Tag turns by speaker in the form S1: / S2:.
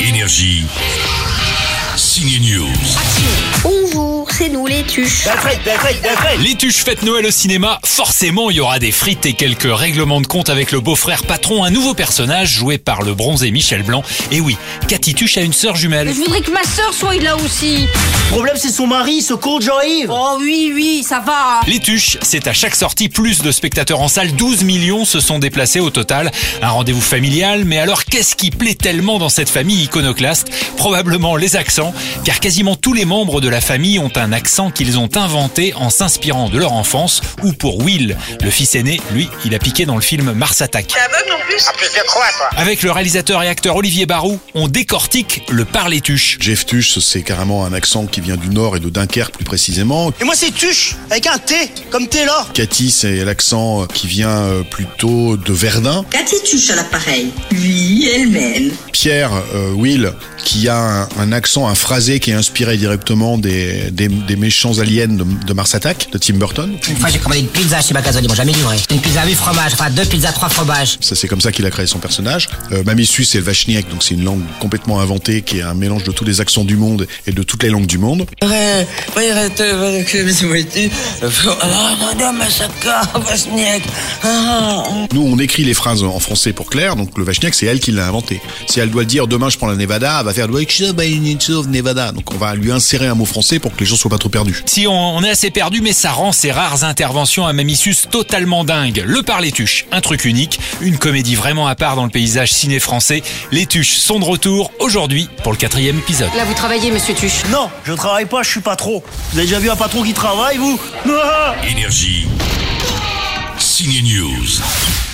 S1: Énergie. Signe News.
S2: Bonjour, c'est nous les tuches.
S3: Les tuches fête Noël au cinéma, forcément il y aura des frites et quelques règlements de compte avec le beau-frère patron, un nouveau personnage joué par le bronzé Michel Blanc. Et oui, Cathy Tuche a une sœur jumelle.
S4: Je voudrais que ma sœur soit là aussi.
S5: Le problème, c'est son mari, ce con de Jean-Yves.
S4: Oh oui, oui, ça va.
S3: Les tuches, c'est à chaque sortie plus de spectateurs en salle, 12 millions se sont déplacés au total. Un rendez-vous familial, mais alors qu'est-ce qui plaît tellement dans cette famille iconoclaste Probablement les accents, car quasiment tous les membres de la famille ont un accent qu'ils ont inventé en s'inspirant de leur enfance, ou pour Will, le fils aîné, lui, il a piqué dans le film Mars Attack.
S6: En plus de Ah, quoi, toi
S3: Avec le réalisateur et acteur Olivier Barou, on décortique le parlétuche.
S7: Jeff Tuch, c'est carrément un accent qui vient du Nord et de Dunkerque plus précisément.
S5: Et moi, c'est Tuche, avec un T, comme Taylor.
S7: Cathy, c'est l'accent euh, qui vient euh, plutôt de Verdun.
S8: Cathy Tuche à l'appareil. Oui, elle-même.
S7: Pierre euh, Will, qui a un, un accent, un phrasé qui est inspiré directement des, des, des méchants aliens de, de Mars Attack, de Tim Burton.
S9: Une fois, j'ai commandé une pizza chez Magazine, ils m'ont jamais livré. Une pizza à 8 fromages, enfin deux pizzas à 3 fromages.
S7: Ça, c'est comme ça qu'il a créé son personnage. Euh, Mamie Suisse, c'est le Vachniak, donc c'est une langue complètement inventée qui est un mélange de tous les accents du monde et de toutes les langues du monde. Nous, on écrit les phrases en français pour Claire, donc le Vachniak, c'est elle qui l'a inventé. Si elle doit dire demain je prends la Nevada, elle va faire Nevada. Donc on va lui insérer un mot français pour que les gens soient pas trop perdus.
S3: Si on, on est assez perdu, mais ça rend ces rares interventions à Mamisus totalement dingues. Le par les tuches, un truc unique, une comédie vraiment à part dans le paysage ciné français. Les tuches sont de retour aujourd'hui pour le quatrième épisode.
S4: Là, vous travaillez, monsieur Tuche.
S5: Non, je travaille pas, je suis patron. Vous avez déjà vu un Ah patron qui travaille, vous
S1: Énergie. Signe News.